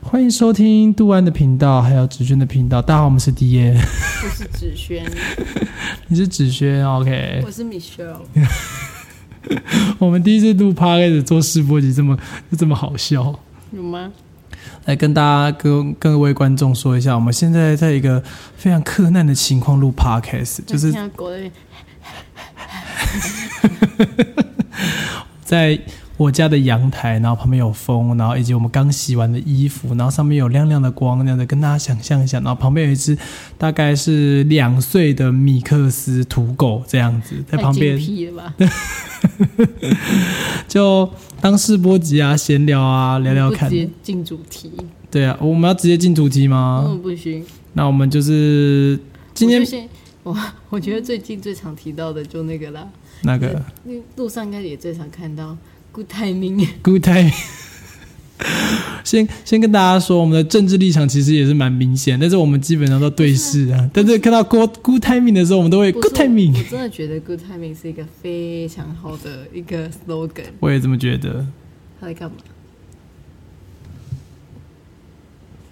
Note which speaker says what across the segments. Speaker 1: 欢迎收听杜安的频道，还有子轩的频道。大家好，我们是 D A，
Speaker 2: 我是子轩，
Speaker 1: 你是子轩，OK。
Speaker 2: 我是 Michelle。
Speaker 1: 我们第一次录 p o d c 做试播集，这么就这么好笑。
Speaker 2: 有吗？
Speaker 1: 来跟大家跟跟各位观众说一下，我们现在在一个非常困难的情况录 podcast，就是
Speaker 2: 像狗在那边
Speaker 1: 在我家的阳台，然后旁边有风，然后以及我们刚洗完的衣服，然后上面有亮亮的光，那样的跟大家想象一下，然后旁边有一只大概是两岁的米克斯土狗这样子在
Speaker 2: 太
Speaker 1: 旁
Speaker 2: 精
Speaker 1: 边，
Speaker 2: 辟了吧？
Speaker 1: 就当试播集啊、闲聊啊、聊聊
Speaker 2: 不
Speaker 1: 看
Speaker 2: 直。接进主题，
Speaker 1: 对啊，我们要直接进主题吗？
Speaker 2: 嗯，不行。
Speaker 1: 那我们就是啊今
Speaker 2: 我
Speaker 1: 天
Speaker 2: 就先我我觉得最近最常提到的就那个啦，
Speaker 1: 那个
Speaker 2: 那路上应该也最常看到 Good timing，
Speaker 1: Good Time。先先跟大家说，我们的政治立场其实也是蛮明显，但是我们基本上都对视啊。但是看到 good good timing 的时候，我们都会
Speaker 2: 不是
Speaker 1: good timing
Speaker 2: 我。真的觉得 Good timing 是一个非常好的一个 slogan。
Speaker 1: 我也这么觉得。
Speaker 2: 他在干嘛？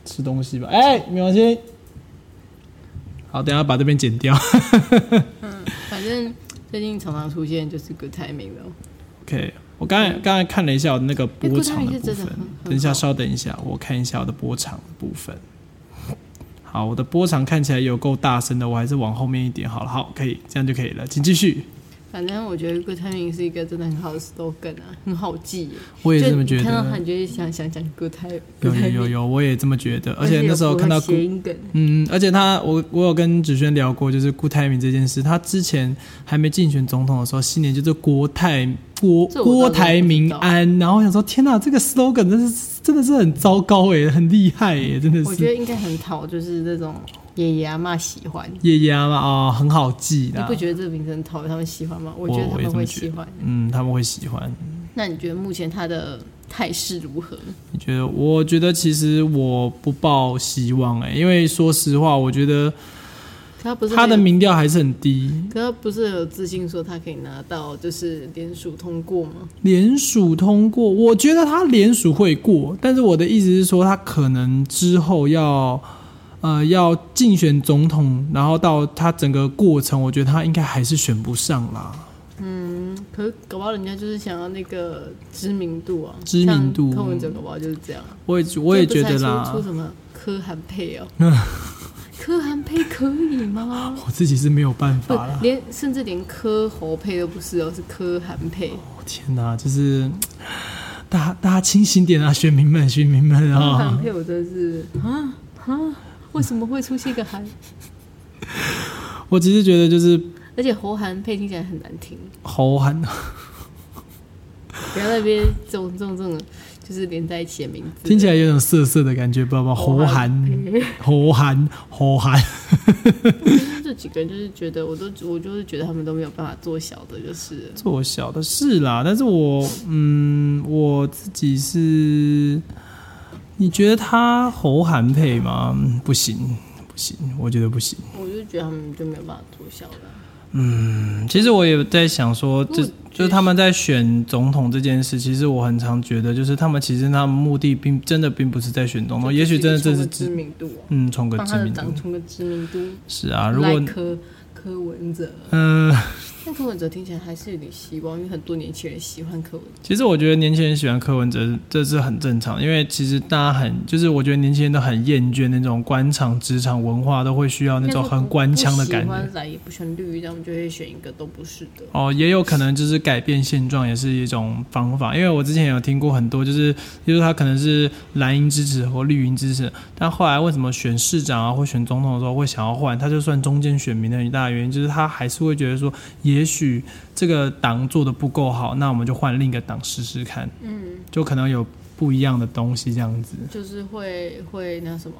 Speaker 1: 吃东西吧，哎、没关系。好，等一下把这边剪掉。
Speaker 2: 反正最近常常出现就是 Good timing 的哦，
Speaker 1: OK，我刚才刚才看了一下我的那个
Speaker 2: 因为
Speaker 1: 波
Speaker 2: Good
Speaker 1: 长
Speaker 2: timing
Speaker 1: 的
Speaker 2: 是
Speaker 1: 部
Speaker 2: 真的
Speaker 1: 分
Speaker 2: 很，很
Speaker 1: 等一下，
Speaker 2: 好
Speaker 1: 稍等一下，我看一下我的波长的部分。好，我的波长看起来有够大声的，我还是往后面一点好了。好，可以，这样就可以了，请继续。
Speaker 2: 反正我觉得 Good timing 是一个真的很好的 slogan 啊，很好记耶。
Speaker 1: 我也
Speaker 2: 就
Speaker 1: 这么觉
Speaker 2: 你看到他，
Speaker 1: 得
Speaker 2: 你，就会想想讲 good time，
Speaker 1: 有有有，有，我也这么觉得。而且
Speaker 2: 有
Speaker 1: 那时候
Speaker 2: 符合
Speaker 1: 看到
Speaker 2: 谐音梗，
Speaker 1: 嗯，而且他，我我有跟子轩聊过，就是顾泰明这件事。他之前还没竞选总统的时候，新年就是国泰国
Speaker 2: 这我
Speaker 1: 郭
Speaker 2: 倒是不知道
Speaker 1: 台铭安，然后我想说，天哪，这个 slogan 真是真的是很糟糕哎，很厉害哎，真的
Speaker 2: 嗯我觉
Speaker 1: 是。
Speaker 2: 得应该很讨，就是那种爷爷阿妈喜欢，
Speaker 1: 爷爷啊嘛啊、很好记
Speaker 2: 你
Speaker 1: 的
Speaker 2: 不。觉得这个名字很讨他们喜欢吗？我觉得他
Speaker 1: 我也
Speaker 2: 们
Speaker 1: 这么
Speaker 2: 会
Speaker 1: 觉得
Speaker 2: 喜欢。
Speaker 1: 嗯，他们会喜欢。
Speaker 2: 那你觉得目前他的态势如何？
Speaker 1: 你觉得？我觉得其实我不抱希望哎，因为说实话，我觉得
Speaker 2: 可他不是
Speaker 1: 他的
Speaker 2: 很有，
Speaker 1: 民调还是很低。
Speaker 2: 可他不是很有自信说他可以拿到就是联署通过吗？
Speaker 1: 联署通过，我觉得他联署会过，但是我的意思是说，他可能之后要，呃，要竞选总统，然后到他整个过程，我觉得他应该还是选不上啦。
Speaker 2: 可是搞不好人家就是想要那个知名度啊，
Speaker 1: 知名度哦
Speaker 2: 像柯文哲搞不好就是这样啊。
Speaker 1: 我也我也觉得
Speaker 2: 这
Speaker 1: 啦
Speaker 2: 不是还出出，什么柯韩配 哦，柯韩配可以吗？
Speaker 1: 我自己是没有办
Speaker 2: 不
Speaker 1: 法啦，。
Speaker 2: 连甚至连柯侯配都不是哦，是柯韩配。
Speaker 1: 我天哪，就是大家大家清醒点啊，选民们，选民们
Speaker 2: 柯韩
Speaker 1: 啊！
Speaker 2: 配我真的是啊啊，为什么会出现一个韩？
Speaker 1: 我只是觉得就是
Speaker 2: 而且侯韩配听起来很难听，
Speaker 1: 侯涵，
Speaker 2: 不要在那边这种这种这种就是连在一起的名字，
Speaker 1: 听起来有种涩涩的感觉，不知道吧？侯涵，侯涵，侯涵。
Speaker 2: 来这几个人就是觉得我都我就是觉得他们都没有办法做小的，就是
Speaker 1: 做小的事啦，但是我嗯，我自己是，你觉得他侯韩配吗？嗯不行，不行，我觉得不行。
Speaker 2: 我就觉得他们就没有办法做小了。
Speaker 1: 嗯，其实我也在想说，
Speaker 2: 我
Speaker 1: 就就是他们在选总统这件事，其实我很常觉得，就是他们其实他们目的并真的并不是在选总统，也许真的这
Speaker 2: 这
Speaker 1: 是
Speaker 2: 是知
Speaker 1: 只
Speaker 2: 名度啊，
Speaker 1: 嗯冲个
Speaker 2: 帮
Speaker 1: 知
Speaker 2: 他的
Speaker 1: 名度
Speaker 2: 党冲个知名度。
Speaker 1: 是啊，如果
Speaker 2: 赖柯柯文哲，
Speaker 1: 嗯、
Speaker 2: 但柯文哲听起来还是有点希望，因为很多年轻人喜欢柯文哲。
Speaker 1: 其实我觉得年轻人喜欢柯文哲，这是很正常，因为其实大家很就是我觉得年轻人都很厌倦那种官场、职场文化，都会需要那种很官腔的感
Speaker 2: 不喜
Speaker 1: 觉。
Speaker 2: 欢蓝也不喜欢绿，然后就会选一个都不是的。
Speaker 1: 哦，也有可能就是改变现状也是一种方法，因为我之前有听过很多，就是就是他可能是蓝营支持或绿营支持，但后来为什么选市长啊或选总统的时候会想要换？他就算中间选民的很大的原因，就是他还是会觉得说，也许这个党做的不够好，那我们就换另一个党试试看。
Speaker 2: 嗯，
Speaker 1: 就可能有不一样的东西这样子。
Speaker 2: 就是会会那什么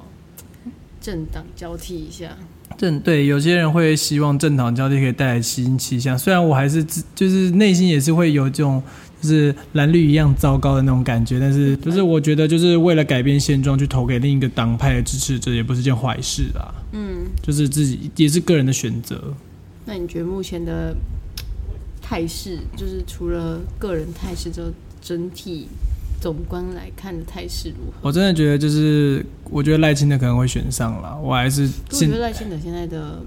Speaker 2: 政党交替一下，
Speaker 1: 正对，有些人会希望政党交替可以带来新气象，虽然我还是自就是内心也是会有这种就是蓝绿一样糟糕的那种感觉，但是就是我觉得就是为了改变现状去投给另一个党派的支持者也不是件坏事啦，
Speaker 2: 嗯，
Speaker 1: 就是自己也是个人的选择。
Speaker 2: 那你觉得目前的态势，就是除了个人态势之后，整体总观来看的态势如何？
Speaker 1: 我真的觉得就是，我觉得赖清德可能会选上啦，我还是
Speaker 2: 我觉
Speaker 1: 现
Speaker 2: 得赖清德现在的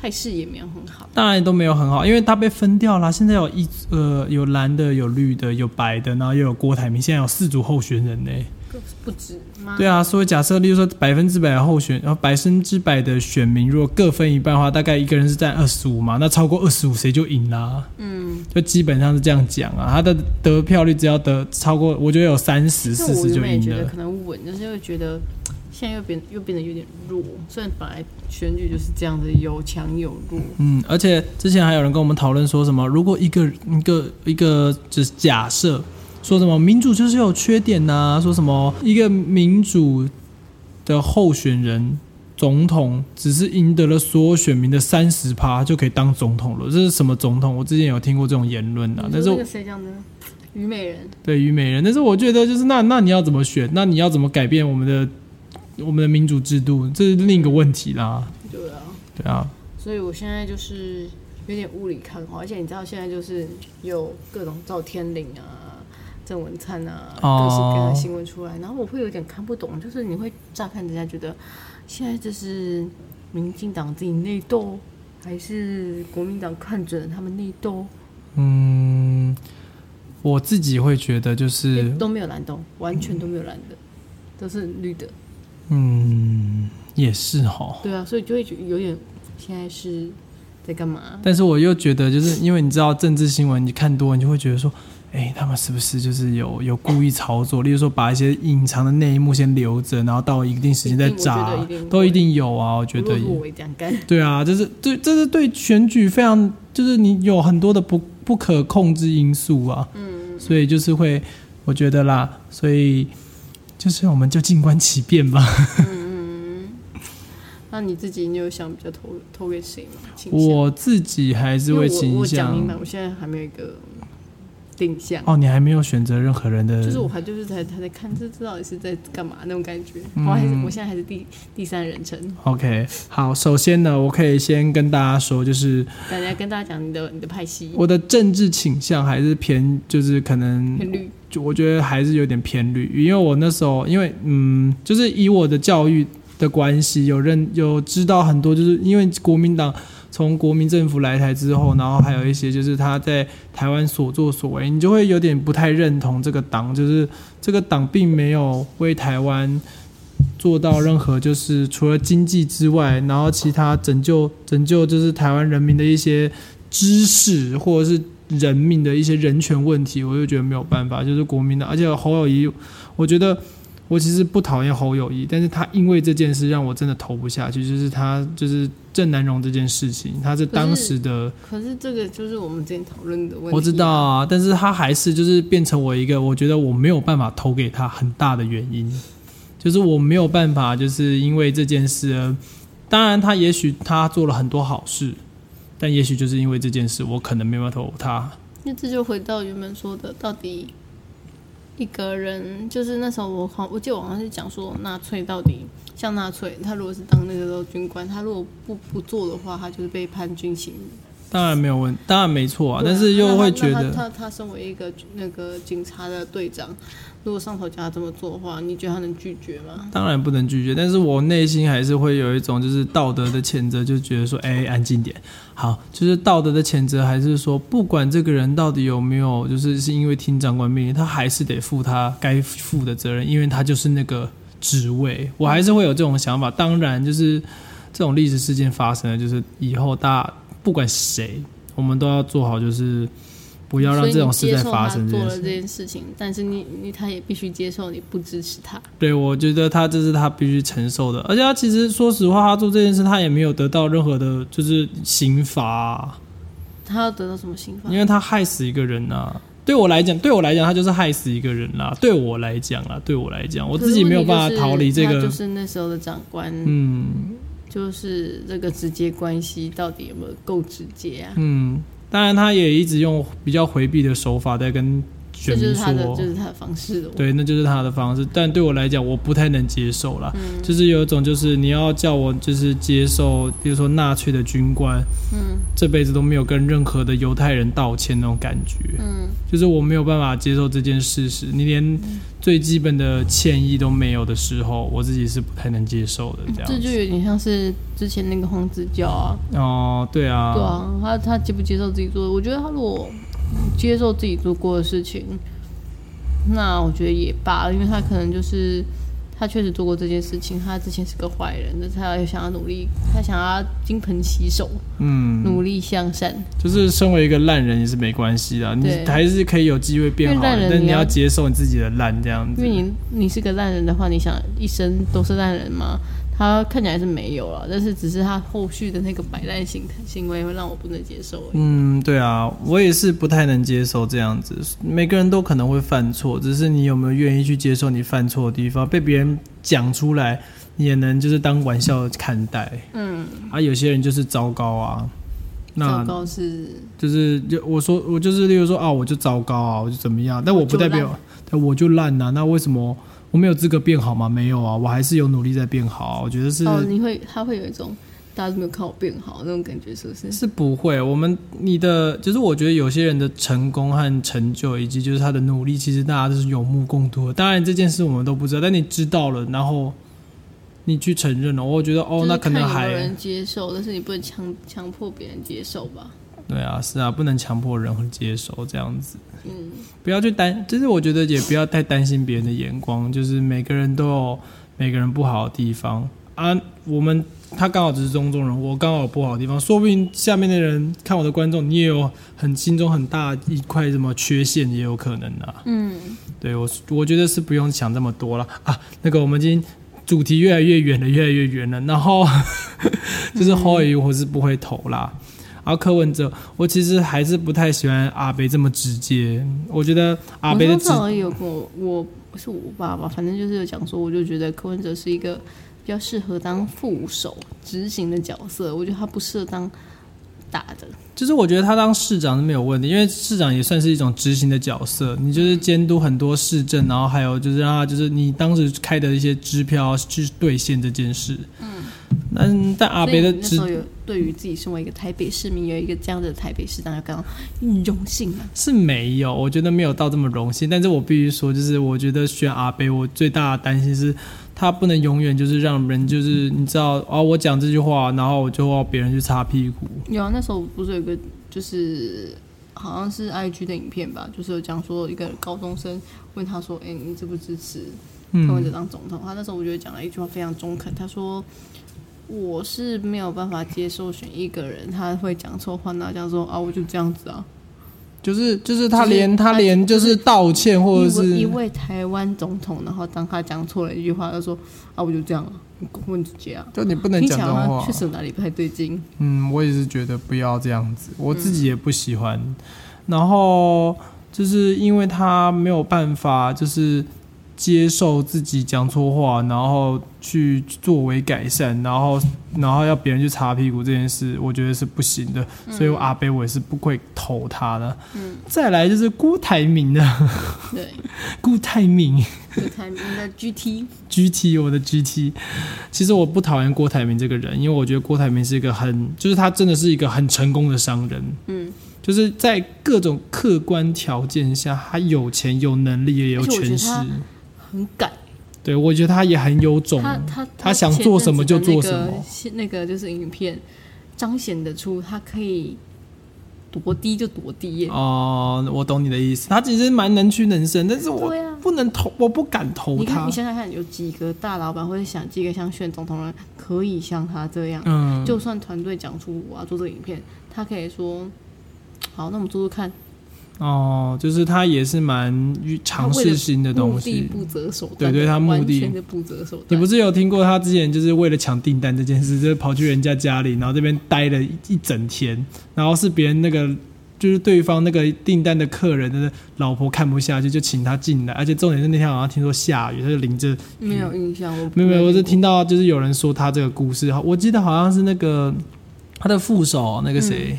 Speaker 2: 态势也没有很好，
Speaker 1: 当然都没有很好，因为他被分掉啦。现在有一呃有蓝的，有绿的，有白的，然后又有郭台铭，现在有四组候选人呢、
Speaker 2: 不止吗？
Speaker 1: 对啊，所以假设例如说百分之百的候选，然后百分之百的选民如果各分一半的话，大概一个人是占二十五嘛，那超过二十五谁就赢啦。
Speaker 2: 嗯，
Speaker 1: 就基本上是这样讲啊，他的得票率只要得超过，我觉得有三十、
Speaker 2: 那
Speaker 1: 四
Speaker 2: 我
Speaker 1: 十
Speaker 2: 原
Speaker 1: 就
Speaker 2: 本也
Speaker 1: 赢
Speaker 2: 觉得
Speaker 1: 了。
Speaker 2: 可能稳，但是又觉得现在又变又变得有点弱。虽然本来选举就是这样子，有强有弱。
Speaker 1: 嗯，而且之前还有人跟我们讨论说什么，如果一个一个一个就是假设说什么民主就是有缺点呐、说什么一个民主的候选人总统只是赢得了所有选民的三十趴就可以当总统了，这是什么总统？我之前有听过这种言论啊，
Speaker 2: 你
Speaker 1: 但
Speaker 2: 说
Speaker 1: 是
Speaker 2: 那
Speaker 1: 我
Speaker 2: 个谁讲的？虞美人，
Speaker 1: 对虞美人，但是我觉得就是那那你要怎么选？那你要怎么改变我们的我们的民主制度？这是另一个问题啦。
Speaker 2: 对啊。
Speaker 1: 对啊，
Speaker 2: 所以我现在就是有点雾里看花，而且你知道现在就是有各种赵天麟啊、郑文灿啊，
Speaker 1: 哦
Speaker 2: 各式各样的新闻出来，然后我会有点看不懂，就是你会乍看人家觉得现在就是民进党自己内斗，还是国民党看准了他们内斗，
Speaker 1: 嗯，我自己会觉得就是
Speaker 2: 都没有蓝动，完全都没有蓝的，都是绿的。
Speaker 1: 嗯，也是哈。
Speaker 2: 对啊，所以就会觉得有点现在是在干嘛？
Speaker 1: 但是我又觉得，就是因为你知道政治新闻，你看多，你就会觉得说，哎、他们是不是就是有有故意操作？例如说，把一些隐藏的内幕先留着，然后到一定时间再
Speaker 2: 一定我
Speaker 1: 炸
Speaker 2: 觉得一定，会
Speaker 1: 都一定有啊，我觉
Speaker 2: 如果
Speaker 1: 得
Speaker 2: 是
Speaker 1: 也
Speaker 2: 我会这样干。
Speaker 1: 对啊，这是对，这是对选举非常，就是你有很多的不不可控制因素啊。嗯，所以就是会，我觉得啦，所以就是我们就静观其变吧。
Speaker 2: 嗯那你自己，你有想比较投投给谁吗？倾向
Speaker 1: 我自己还是
Speaker 2: 因
Speaker 1: 会
Speaker 2: 为我
Speaker 1: 倾
Speaker 2: 我讲明
Speaker 1: 向
Speaker 2: 白，我现在还没有一个定向，
Speaker 1: 哦，你还没有选择任何人的，
Speaker 2: 就是我还就是还还在看这这到底是在干嘛那种感觉。
Speaker 1: 嗯
Speaker 2: 我还是我现在还是第第三人称，
Speaker 1: OK。好，首先呢，我可以先跟大家说，就是
Speaker 2: 大家跟大家讲你的你的派系
Speaker 1: 我的政治倾向还是偏，就是可能
Speaker 2: 偏绿，
Speaker 1: 就我觉得还是有点偏绿，因为我那时候因为嗯，就是以我的教育的关系，有认有知道很多，就是因为国民党从国民政府来台之后，然后还有一些就是他在台湾所作所为，你就会有点不太认同这个党，就是这个党并没有为台湾。做到任何就是除了经济之外，然后其他拯救拯救就是台湾人民的一些知识或者是人民的一些人权问题，我就觉得没有办法，就是国民党，而且侯友谊，我觉得我其实不讨厌侯友谊，但是他因为这件事让我真的投不下去，就是他就是郑南荣这件事情，他是当时的
Speaker 2: 可是这个就是我们之前讨论的问题。
Speaker 1: 我知道，啊，但是他还是就是变成我一个我觉得我没有办法投给他很大的原因，就是我没有办法就是因为这件事而，当然他也许他做了很多好事，但也许就是因为这件事，我可能没办法投他。
Speaker 2: 那这就回到原本说的，到底一个人就是那时候我好，我记得我好像是讲说纳粹到底像纳粹，他如果是当那个时候军官，他如果不不做的话，他就是被判军刑
Speaker 1: 当然没有问，当然没错啊，
Speaker 2: 对啊
Speaker 1: 但是又会觉
Speaker 2: 那他那
Speaker 1: 得，
Speaker 2: 他他他身为一个那个警察的队长，如果上头叫他这么做的话，你觉得他能拒绝吗？
Speaker 1: 当然不能拒绝，但是我内心还是会有一种就是道德的谴责，就觉得说，哎、安静点，好，就是道德的谴责，还是说，不管这个人到底有没有，就是是因为听长官命令，他还是得负他该负的责任，因为他就是那个职位，我还是会有这种想法。当然，就是这种历史事件发生了，就是以后大家不管谁，我们都要做好，就是不要让这种事
Speaker 2: 所以你
Speaker 1: 再
Speaker 2: 接受
Speaker 1: 发
Speaker 2: 他
Speaker 1: 生这
Speaker 2: 做
Speaker 1: 件
Speaker 2: 了
Speaker 1: 事
Speaker 2: 这。件事情，但是你你他也必须接受你不支持他。
Speaker 1: 对，我觉得他这是他必须承受的，而且他其实说实话，他做这件事他也没有得到任何的，就是刑罚啊、
Speaker 2: 他要得到什么刑罚
Speaker 1: 因？为他害死一个人呐、对我来讲，对我来讲，他就是害死一个人啦、对我来讲啊，对我来讲，我自己没有办法逃离这
Speaker 2: 可是问
Speaker 1: 个，
Speaker 2: 题就是他就是那时候的长官，
Speaker 1: 嗯
Speaker 2: 就是这个直接关系到底有没
Speaker 1: 嗯
Speaker 2: 有够直接啊？
Speaker 1: 嗯。当然，他也一直用比较回避的手法在跟
Speaker 2: 这
Speaker 1: 选
Speaker 2: 就是
Speaker 1: 民
Speaker 2: 他的，
Speaker 1: 说
Speaker 2: 就，是他的方式了。
Speaker 1: 对，那就是他的方式。但对我来讲，我不太能接受啦。就是有一种，就是你要叫我就是接受，比如说纳粹的军官，
Speaker 2: 嗯
Speaker 1: 这辈子都没有跟任何的犹太人道歉那种感觉，
Speaker 2: 嗯，
Speaker 1: 就是我没有办法接受这件事实。你连最基本的歉意都没有的时候，我自己是不太能接受的。这
Speaker 2: 这
Speaker 1: 样
Speaker 2: 就
Speaker 1: 子
Speaker 2: 有点像是之前那个黄子佼啊，
Speaker 1: 哦，对啊，
Speaker 2: 对啊，他他接不接受自己做的？我觉得他如果接受自己做过的事情，那我觉得也罢了，因为他可能就是他确实做过这件事情，他之前是个坏人，但是他也想要努力，他想要金盆洗手，
Speaker 1: 嗯，
Speaker 2: 努力向善。
Speaker 1: 就是身为一个烂人也是没关系的，你
Speaker 2: 对
Speaker 1: 还是可以有机会变好
Speaker 2: 因为烂
Speaker 1: 的，
Speaker 2: 人
Speaker 1: 但
Speaker 2: 你
Speaker 1: 你
Speaker 2: 要
Speaker 1: 要接受你自己的烂这样
Speaker 2: 因
Speaker 1: 子
Speaker 2: 为。你你是个烂人的话，你想一生都是烂人吗？他看起来是没有了，但是只是他后续的那个摆烂行行为会让我不能接受而已。
Speaker 1: 嗯，对啊，我也是不太能接受这样子。每个人都可能会犯错，只是你有没有愿意去接受你犯错的地方，被别人讲出来，你也能就是当玩笑看待。
Speaker 2: 嗯，
Speaker 1: 啊，有些人就是糟糕啊，那
Speaker 2: 糟糕是
Speaker 1: 就是就我说我就是，例如说啊，我就糟糕啊，我就怎么样，但我不代
Speaker 2: 我就
Speaker 1: 表
Speaker 2: 烂，
Speaker 1: 但我就烂呐、那为什么我没有资格变好吗？没有啊，我还是有努力在变好啊、我觉得是、
Speaker 2: 哦，你会他会有一种大家都没有看我变好那种感觉，是不是？
Speaker 1: 是不会。我们你的就是我觉得有些人的成功和成就，以及就是他的努力，其实大家都是有目共睹的。当然这件事我们都不知道，但你知道了，然后你去承认了，我觉得
Speaker 2: 就
Speaker 1: 哦，
Speaker 2: 是
Speaker 1: 那可能
Speaker 2: 看有没有
Speaker 1: 还
Speaker 2: 人接受，但是你不能强强迫别人接受吧？
Speaker 1: 对啊，是啊，不能强迫人和接受这样子。
Speaker 2: 嗯，
Speaker 1: 不要去担，就是我觉得也不要太担心别人的眼光，就是每个人都有每个人不好的地方啊。我们他刚好只是中中人，我刚好有不好的地方，说不定下面的人看我的观众，你也有很心中很大一块什么缺陷，也有可能啊。
Speaker 2: 嗯，
Speaker 1: 对我，我觉得是不用想这么多了啊。那个我们已经主题越来越远了，越来越远了。然后 就是后语我是不会投啦。然后柯文哲，我其实还是不太喜欢阿北这么直接。我觉得阿
Speaker 2: 我
Speaker 1: 北的
Speaker 2: 上
Speaker 1: 直
Speaker 2: 次好像有跟我我不是我爸爸，反正就是有讲说，我就觉得柯文哲是一个比较适合当副手执行的角色，我觉得他不适合当打的。
Speaker 1: 就是我觉得他当市长是没有问题，因为市长也算是一种执行的角色，你就是监督很多市政，然后还有就是让他就是你当时开的一些支票去兑现这件事。嗯，但但阿
Speaker 2: 所以
Speaker 1: 北的
Speaker 2: 你那
Speaker 1: 执
Speaker 2: 时候有对于自己身为一个台北市民，有一个这样的台北市长，要感到荣幸嘛？
Speaker 1: 是没有，我觉得没有到这么荣幸，但是我必须说，就是我觉得选阿北，我最大的担心是，他不能永远就是让人就是你知道啊、我讲这句话，然后我就要别人去擦屁股。
Speaker 2: 有啊，那时候不是有一个就是好像是 IG 的影片吧，就是有讲说一个高中生问他说：“哎、你支不支持柯文哲
Speaker 1: 嗯
Speaker 2: 当总统？”他那时候我觉得讲了一句话非常中肯，他说：“我是没有办法接受选一个人他会讲错话，那这样说啊，我就这样子啊。
Speaker 1: 就是就是他连、
Speaker 2: 就是
Speaker 1: 他连就是道歉或者
Speaker 2: 一位一
Speaker 1: 是
Speaker 2: 位台湾总统，然后当他讲错了一句话，他说啊，我就这样啊，你问直接啊。”
Speaker 1: 就你不能
Speaker 2: 听起
Speaker 1: 讲
Speaker 2: 来
Speaker 1: 这种
Speaker 2: 好像
Speaker 1: 话
Speaker 2: 确。实有哪里不太对劲。
Speaker 1: 嗯，我也是觉得不要这样子，我自己也不喜欢。然后就是因为他没有办法，就是接受自己讲错话，然后去作为改善，然后然后要别人去擦屁股这件事，我觉得是不行的。所以我阿北我也是不会投他的。
Speaker 2: 嗯，
Speaker 1: 再来就是郭台铭的
Speaker 2: 对，
Speaker 1: 郭台铭。
Speaker 2: 就台民的 GT，
Speaker 1: GT，我的 GT。其实我不讨厌郭台铭这个人，因为我觉得郭台铭是一个很，就是他真的是一个很成功的商人，
Speaker 2: 嗯，
Speaker 1: 就是在各种客观条件下，他有钱、有能力，也有
Speaker 2: 而且我觉
Speaker 1: 权
Speaker 2: 得
Speaker 1: 势。
Speaker 2: 他很敢。
Speaker 1: 对，我觉得他也很有种。
Speaker 2: 他他
Speaker 1: 他想做什么就做什么
Speaker 2: 前阵子的那个那个就是影片彰显得出他可以多低就多低耶。
Speaker 1: 哦、我懂你的意思。他其实蛮能屈能伸，但是我
Speaker 2: 对啊
Speaker 1: 不能投，我不敢投
Speaker 2: 你
Speaker 1: 他
Speaker 2: 看，你。想想看，有几个大老板或者想几个想选总统人可以像他这样？
Speaker 1: 嗯，
Speaker 2: 就算团队讲出我要做这个影片，他可以说好，那我们做做看。
Speaker 1: 哦，就是他也是蛮尝试新的东
Speaker 2: 目的
Speaker 1: 西。
Speaker 2: 不择手段，
Speaker 1: 对对他目的
Speaker 2: 完全的不择手段。
Speaker 1: 你不是有听过他之前就是为了抢订单这件事，就是跑去人家家里，然后这边待了一一整天，然后是别人那个就是对方那个订单的客人的老婆看不下去，就请他进来，而且重点是那天好像听说下雨，他就淋着，
Speaker 2: 没有印象，我
Speaker 1: 没有没有，我是
Speaker 2: 过
Speaker 1: 听到就是有人说他这个故事，我记得好像是那个他的副手那个谁，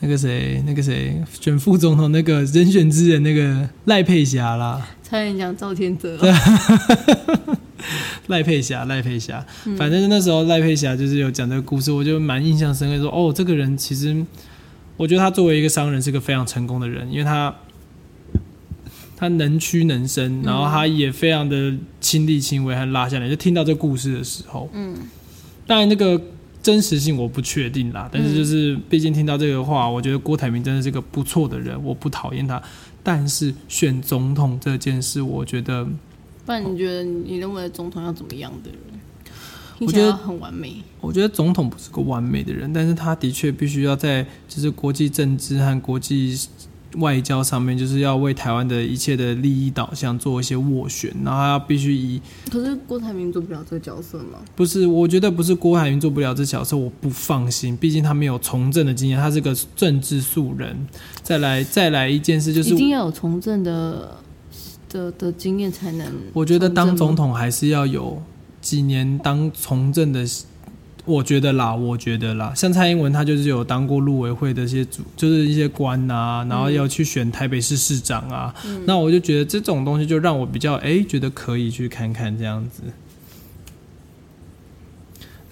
Speaker 1: 那个谁，那个谁选副总统那个人选之人那个赖佩霞啦，
Speaker 2: 差点讲赵天泽哦，
Speaker 1: 赖佩霞，赖佩霞，反正那时候赖佩霞就是有讲这个故事，我就蛮印象深刻说哦，这个人其实，我觉得他作为一个商人是个非常成功的人，因为他他能屈能伸，然后他也非常的亲力亲为，很拉下来。就听到这故事的时候，嗯，当然那个真实性我不确定啦，但是就是毕竟听到这个话，我觉得郭台铭真的是个不错的人，我不讨厌他。但是选总统这件事，我觉得
Speaker 2: 不然你觉得你认为的总统要怎么样的人？
Speaker 1: 我
Speaker 2: 听起来
Speaker 1: 觉得
Speaker 2: 要很完美，
Speaker 1: 我觉得总统不是个完美的人，但是他的确必须要在就是国际政治和国际外交上面，就是要为台湾的一切的利益导向做一些斡旋，然后他要必须以
Speaker 2: 可是郭台铭做不了这个角色吗？
Speaker 1: 不是，我觉得不是郭海云做不了这角色，我不放心，毕竟他没有从政的经验，他是个政治素人。再来再来一件事就是
Speaker 2: 一，定要有从政的的的经验才能。
Speaker 1: 我觉得当总
Speaker 2: 统
Speaker 1: 统还是要有几年当从政的，我觉得啦，我觉得啦，像蔡英文她就是有当过陆委会的一些主，就是一些官啊，然后要去选台北市市长啊，
Speaker 2: 嗯
Speaker 1: 那我就觉得这种东西就让我比较哎、觉得可以去看看这样子。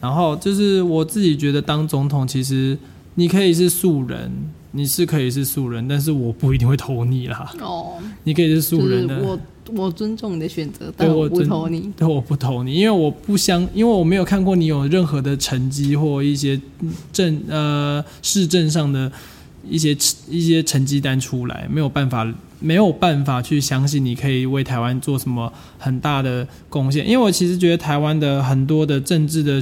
Speaker 1: 然后就是我自己觉得当总统，其实你可以是素人，你是可以是素人，但是我不一定会投你啦。
Speaker 2: 哦，
Speaker 1: 你可以是
Speaker 2: 就
Speaker 1: 素
Speaker 2: 是
Speaker 1: 人的，
Speaker 2: 我我尊重你的选择，但
Speaker 1: 对我
Speaker 2: 我不
Speaker 1: 尊
Speaker 2: 投你。
Speaker 1: 对，我不投你，因为我不相，因为我没有看过你有任何的成绩或一些政呃市政上的一些一些成绩单出来，没有办法没有办法去相信你可以为台湾做什么很大的贡献。因为我其实觉得台湾的很多的政治的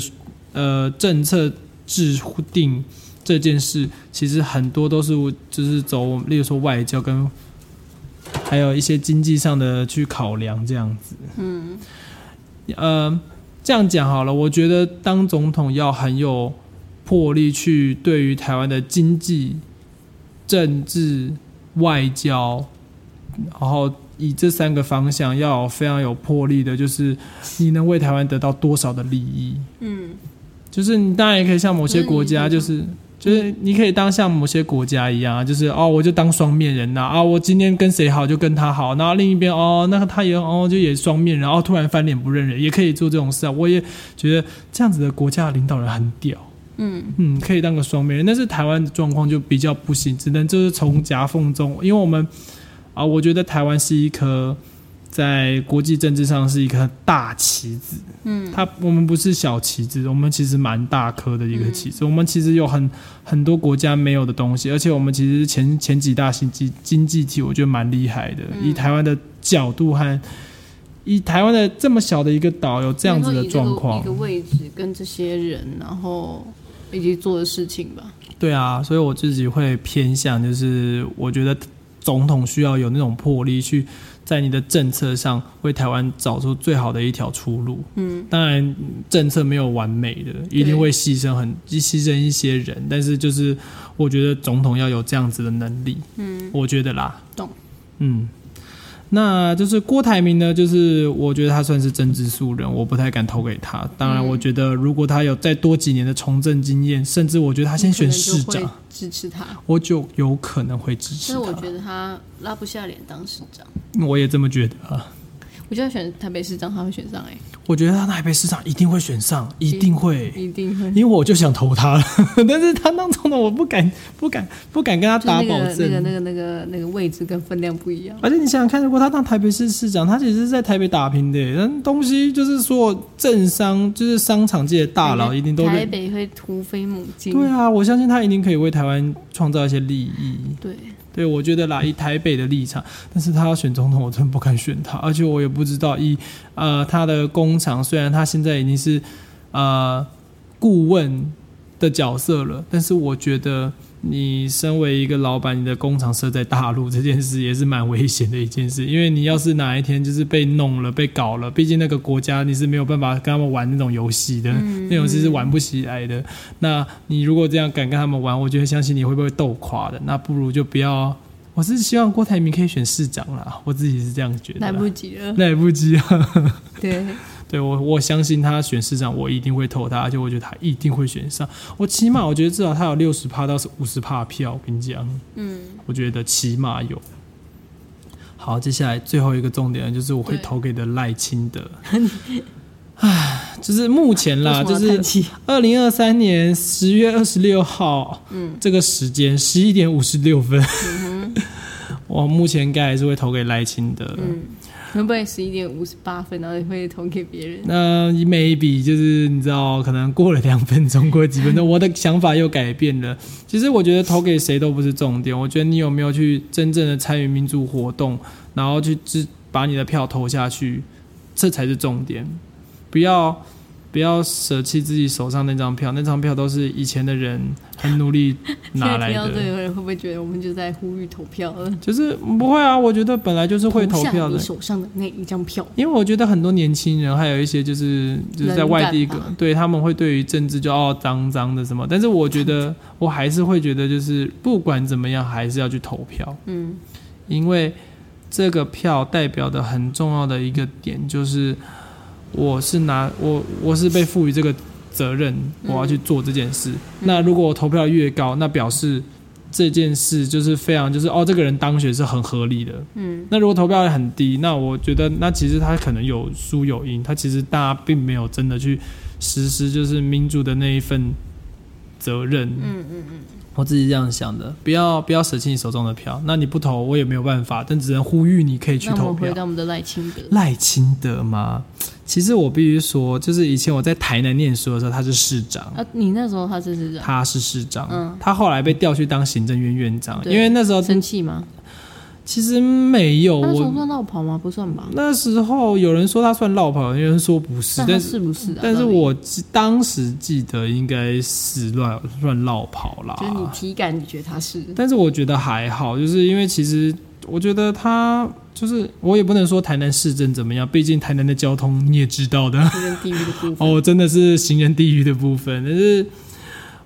Speaker 1: 呃政策制定这件事，其实很多都是就是走，例如说外交跟。还有一些经济上的去考量，这样子。呃，这样讲好了，我觉得当总统要很有魄力去对于台湾的经济、政治、外交，然后以这三个方向要有非常有魄力的，就是你能为台湾得到多少的利益。
Speaker 2: 嗯，
Speaker 1: 就是你当然也可以像某些国家，
Speaker 2: 嗯
Speaker 1: 就是就是你可以当像某些国家一样啊，就是哦，我就当双面人呐、啊，我今天跟谁好就跟他好，然后另一边哦，那个他也哦就也双面人，然、后突然翻脸不认人，也可以做这种事啊。我也觉得这样子的国家领导人很屌，
Speaker 2: 嗯
Speaker 1: 嗯，可以当个双面人，但是台湾的状况就比较不行，只能就是从夹缝中，因为我们啊、我觉得台湾是一颗在国际政治上是一颗大棋子。
Speaker 2: 嗯
Speaker 1: 它我们不是小棋子，我们其实蛮大颗的一个棋子，我们其实有很很多国家没有的东西，而且我们其实前前几大经济经济体，我觉得蛮厉害的。以台湾的角度和以台湾的这么小的一个岛，有这样子的状况
Speaker 2: 应该说以这个一，个位置跟这些人，然后以及做的事情吧。
Speaker 1: 对啊，所以我自己会偏向，就是我觉得总统需要有那种魄力，去在你的政策上为台湾找出最好的一条出路。
Speaker 2: 嗯，
Speaker 1: 当然政策没有完美的，一定会牺牲很牺牲一些人，但是就是我觉得总统要有这样子的能力，
Speaker 2: 嗯，
Speaker 1: 我觉得啦，
Speaker 2: 懂，
Speaker 1: 嗯。那就是郭台铭呢，就是我觉得他算是政治素人，我不太敢投给他。当
Speaker 2: 嗯
Speaker 1: 然，我觉得如果他有再多几年的从政经验，甚至我觉得他先选市
Speaker 2: 可能就
Speaker 1: 长
Speaker 2: 会，支持他，
Speaker 1: 我就有可能会支持
Speaker 2: 但是
Speaker 1: 他。
Speaker 2: 我觉得他拉不下脸当市长。
Speaker 1: 我也这么觉得啊。
Speaker 2: 我就要选台北市长，他会选上哎、
Speaker 1: 我觉得他台北市长一定会选上，一定会。
Speaker 2: 一定会。
Speaker 1: 因为我就想投他了， 但是他当中的我不敢不敢不敢跟他
Speaker 2: 就是
Speaker 1: 打保
Speaker 2: 那
Speaker 1: 证。
Speaker 2: 个那个那个那个那个位置跟分量不一样。
Speaker 1: 而且你想想看，如果他当台北市市长，他其实是在台北打拼的耶，但东西就是说政商就是商场界的大佬一定都
Speaker 2: 台
Speaker 1: 认。
Speaker 2: 北会突飞猛进。
Speaker 1: 对啊，我相信他一定可以为台湾创造一些利益。
Speaker 2: 对
Speaker 1: 对，我觉得啦，以台北的立场，但是他要选总统，我真不敢选他，而且我也不知道以呃他的工厂，虽然他现在已经是呃顾问的角色了，但是我觉得你身为一个老板，你的工厂设在大陆这件事也是蛮危险的一件事，因为你要是哪一天就是被弄了、被搞了，毕竟那个国家你是没有办法跟他们玩那种游戏的，
Speaker 2: 嗯
Speaker 1: 那游戏是玩不起来的。那你如果这样敢跟他们玩，我觉得相信你会不会斗垮的。那不如就不要。我是希望郭台啊铭可以选市长啦，我自己是这样觉得
Speaker 2: 来
Speaker 1: 啦。
Speaker 2: 不及了。
Speaker 1: 来不及啊！
Speaker 2: 对，
Speaker 1: 对我我相信他选市长，我一定会投他，而且我觉得他一定会选上。我起码我觉得至少他有六十趴到五十趴票，我跟你讲，
Speaker 2: 嗯，
Speaker 1: 我觉得起码有。好，接下来最后一个重点就是我会
Speaker 2: 对
Speaker 1: 投给的赖清 德。唉，就是目前啦，
Speaker 2: 为什么
Speaker 1: 就
Speaker 2: 要
Speaker 1: 是
Speaker 2: 叹气
Speaker 1: 二零二三年十月二十六号，嗯，这个时间十一点五十六分，
Speaker 2: 嗯
Speaker 1: 我目前应该还是会投给赖清德。
Speaker 2: 嗯会不会十一点五十八分，然后你会投给别人？
Speaker 1: 那 maybe 就是你知道，可能过了两分钟，过了几分钟，我的想法又改变了。其实我觉得投给谁都不是重点，我觉得你有没有去真正的参与民主活动，然后去支把你的票投下去，这才是重点。不要不要舍弃自己手上那张票，那张票都是以前的人很努力拿
Speaker 2: 现
Speaker 1: 来
Speaker 2: 在听到
Speaker 1: 的
Speaker 2: 这。里有人会不会觉得我们就在呼吁投票了？
Speaker 1: 就是不会啊，我觉得本来就是会投
Speaker 2: 投下
Speaker 1: 票的
Speaker 2: 你，手上的那一张票，
Speaker 1: 因为我觉得很多年轻人，还有一些就是就是在外地
Speaker 2: 冷感吧，
Speaker 1: 对他们会对于政治就哦脏脏的什么，但是我觉得我还是会觉得就是不管怎么样，还是要去投票，
Speaker 2: 嗯，
Speaker 1: 因为这个票代表的很重要的一个点就是，我是拿我我是被赋予这个责任，
Speaker 2: 嗯
Speaker 1: 我要去做这件事。那如果我投票越高，那表示这件事就是非常就是哦，这个人当选是很合理的。嗯，那如果投票率很低，那我觉得那其实他可能有输有赢，他其实大家并没有真的去实施就是民主的那一份责任。嗯嗯嗯。我自己这样想的，不要不要舍弃你手中的票。那你不投，我也没有办法，但只能呼吁你可以去
Speaker 2: 那我
Speaker 1: 投
Speaker 2: 们
Speaker 1: 票
Speaker 2: 回。到我们的赖清德，
Speaker 1: 赖清德吗？其实我必须说，就是以前我在台南念书的时候，他是市长，
Speaker 2: 啊，你那时候他是市长，
Speaker 1: 他是市长，
Speaker 2: 嗯
Speaker 1: 他后来被调去当行政院院长，
Speaker 2: 对
Speaker 1: 因为那时候
Speaker 2: 生气吗？
Speaker 1: 其实没有
Speaker 2: 他那时候
Speaker 1: 我。
Speaker 2: 算绕跑吗？不算吧？
Speaker 1: 那时候有人说他算落跑，有人说不是，
Speaker 2: 那他
Speaker 1: 但是
Speaker 2: 是不是啊？
Speaker 1: 但是
Speaker 2: 到底
Speaker 1: 我记当时记得应该是乱乱落跑啦。
Speaker 2: 就是你体感，你觉得他是
Speaker 1: 但是我觉得还好，就是因为其实我觉得他就是我也不能说台南市政怎么样，毕竟台南的交通你也知道 的，
Speaker 2: 有点地狱的部分。啊
Speaker 1: 哦，真的是行人地狱的部分，但是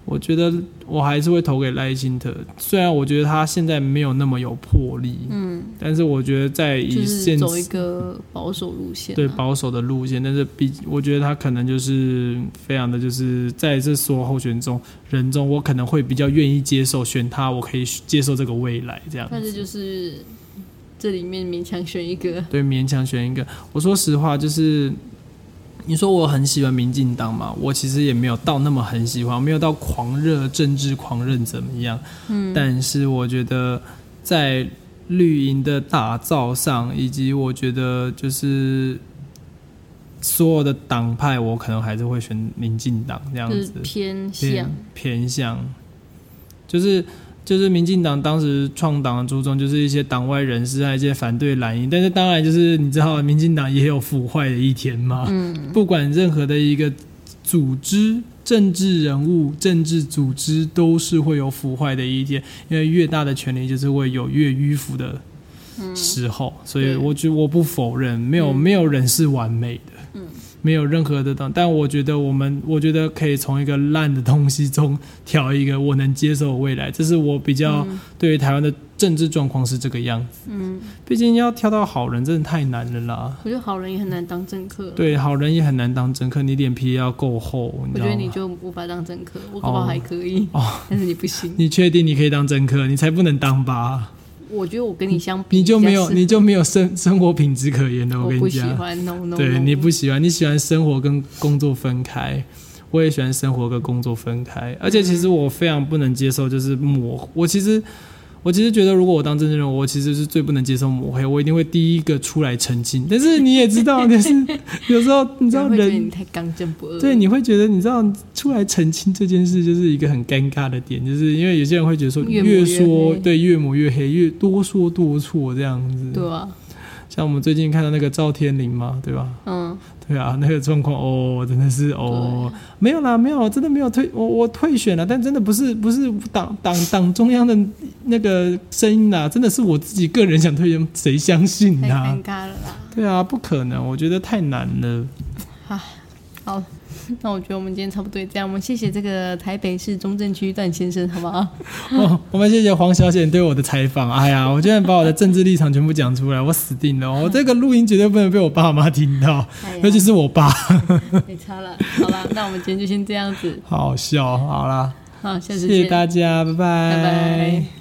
Speaker 1: 我觉得我还是会投给赖清德，虽然我觉得他现在没有那么有魄力，嗯，但是我觉得在以
Speaker 2: 就是
Speaker 1: 现
Speaker 2: 走一个保守路线、啊，
Speaker 1: 对保守的路线，但是比我觉得他可能就是非常的就是在这所有候选中人中，我可能会比较愿意接受选他，我可以接受这个未来这样
Speaker 2: 但是就是这里面勉强选一个，
Speaker 1: 对，勉强选一个。我说实话，就是你说我很喜欢民进党嘛，我其实也没有到那么很喜欢，没有到狂热政治狂热怎么样。嗯，但是我觉得在绿营的打造上，以及我觉得就是。所有的党派，我可能还是会选民进党这样
Speaker 2: 就
Speaker 1: 子，
Speaker 2: 是偏向
Speaker 1: 偏啊偏向，就是就是民进党当时创党的初衷就是一些党外人士啊，一些反对蓝营，但是当然就是你知道，民进党也有腐坏的一天嘛。嗯，不管任何的一个组织、政治人物、政治组织，都是会有腐坏的一天，因为越大的权力就是会有越迂腐的。时候，所以
Speaker 2: 嗯对嗯
Speaker 1: 我觉得我不否认，没有、没有人是完美的，没有任何的东，但我觉得我们，我觉得可以从一个烂的东西中挑一个我能接受的未来，这是我比较对于台湾的政治状况是这个样子。
Speaker 2: 嗯，
Speaker 1: 毕竟要挑到好人真的太难了啦，
Speaker 2: 我觉得好人也很难当政客。，啊
Speaker 1: 对，好人也很难当政客，你脸皮要够厚，你
Speaker 2: 我
Speaker 1: 知
Speaker 2: 觉
Speaker 1: 道
Speaker 2: 得
Speaker 1: 吗？
Speaker 2: 你就无法当政客，我搞不好还可以，
Speaker 1: 哦，
Speaker 2: 但是你不行。
Speaker 1: 你确定你可以当政客？你才不能当吧？
Speaker 2: 我觉得我跟你相比，
Speaker 1: 你就没有
Speaker 2: 比较适
Speaker 1: 你就没有生生活品质可言了，
Speaker 2: 合
Speaker 1: 我
Speaker 2: 我
Speaker 1: 跟
Speaker 2: 不
Speaker 1: 你
Speaker 2: 喜
Speaker 1: 讲。
Speaker 2: 欢，no no，
Speaker 1: 对
Speaker 2: no
Speaker 1: 你不喜欢，你喜欢生活跟工作分开，我也喜欢生活跟工作分开。而且其实我非常不能接受就是抹，黑，我其实我其实觉得如果我当政治人物，我其实是最不能接受抹黑，我一定会第一个出来澄清。但是你也知道，就是 有时候你知道
Speaker 2: 会觉得
Speaker 1: 人
Speaker 2: 你太刚正不阿。
Speaker 1: 对，你会觉得你知道出来澄清这件事就是一个很尴尬的点，就是因为有些人会觉得说
Speaker 2: 越抹越
Speaker 1: 说
Speaker 2: 黑
Speaker 1: 对越抹越黑，越多说多错这样子。
Speaker 2: 对啊，
Speaker 1: 像我们最近看到那个赵天林嘛，对吧？
Speaker 2: 嗯，
Speaker 1: 对啊，那个状况哦，真的是哦，没有啦，没有，真的没有退，我我退选了，但真的不是不是党党党中央的那个声音啦，真的是我自己个人想退选，谁相信啊
Speaker 2: 太
Speaker 1: 呐、
Speaker 2: 尴尬了啦。
Speaker 1: 对啊，不可能，我觉得太难了。
Speaker 2: 好， 那我觉得我们今天差不多也这样，我们谢谢这个台北市中正区段先生，好不 好？
Speaker 1: 哦我我们谢谢黄小姐对我的采访。哎呀，我居然把我的政治立场全部讲出来，我死定 了！我这个录音绝对不能被我爸妈听到，
Speaker 2: 哎呀
Speaker 1: 尤其是我爸，
Speaker 2: 哎没差了，好啦，那我们今天就先这样子，
Speaker 1: 好笑。好啦，
Speaker 2: 好，下次
Speaker 1: 谢
Speaker 2: 见，
Speaker 1: 谢大家，
Speaker 2: 拜拜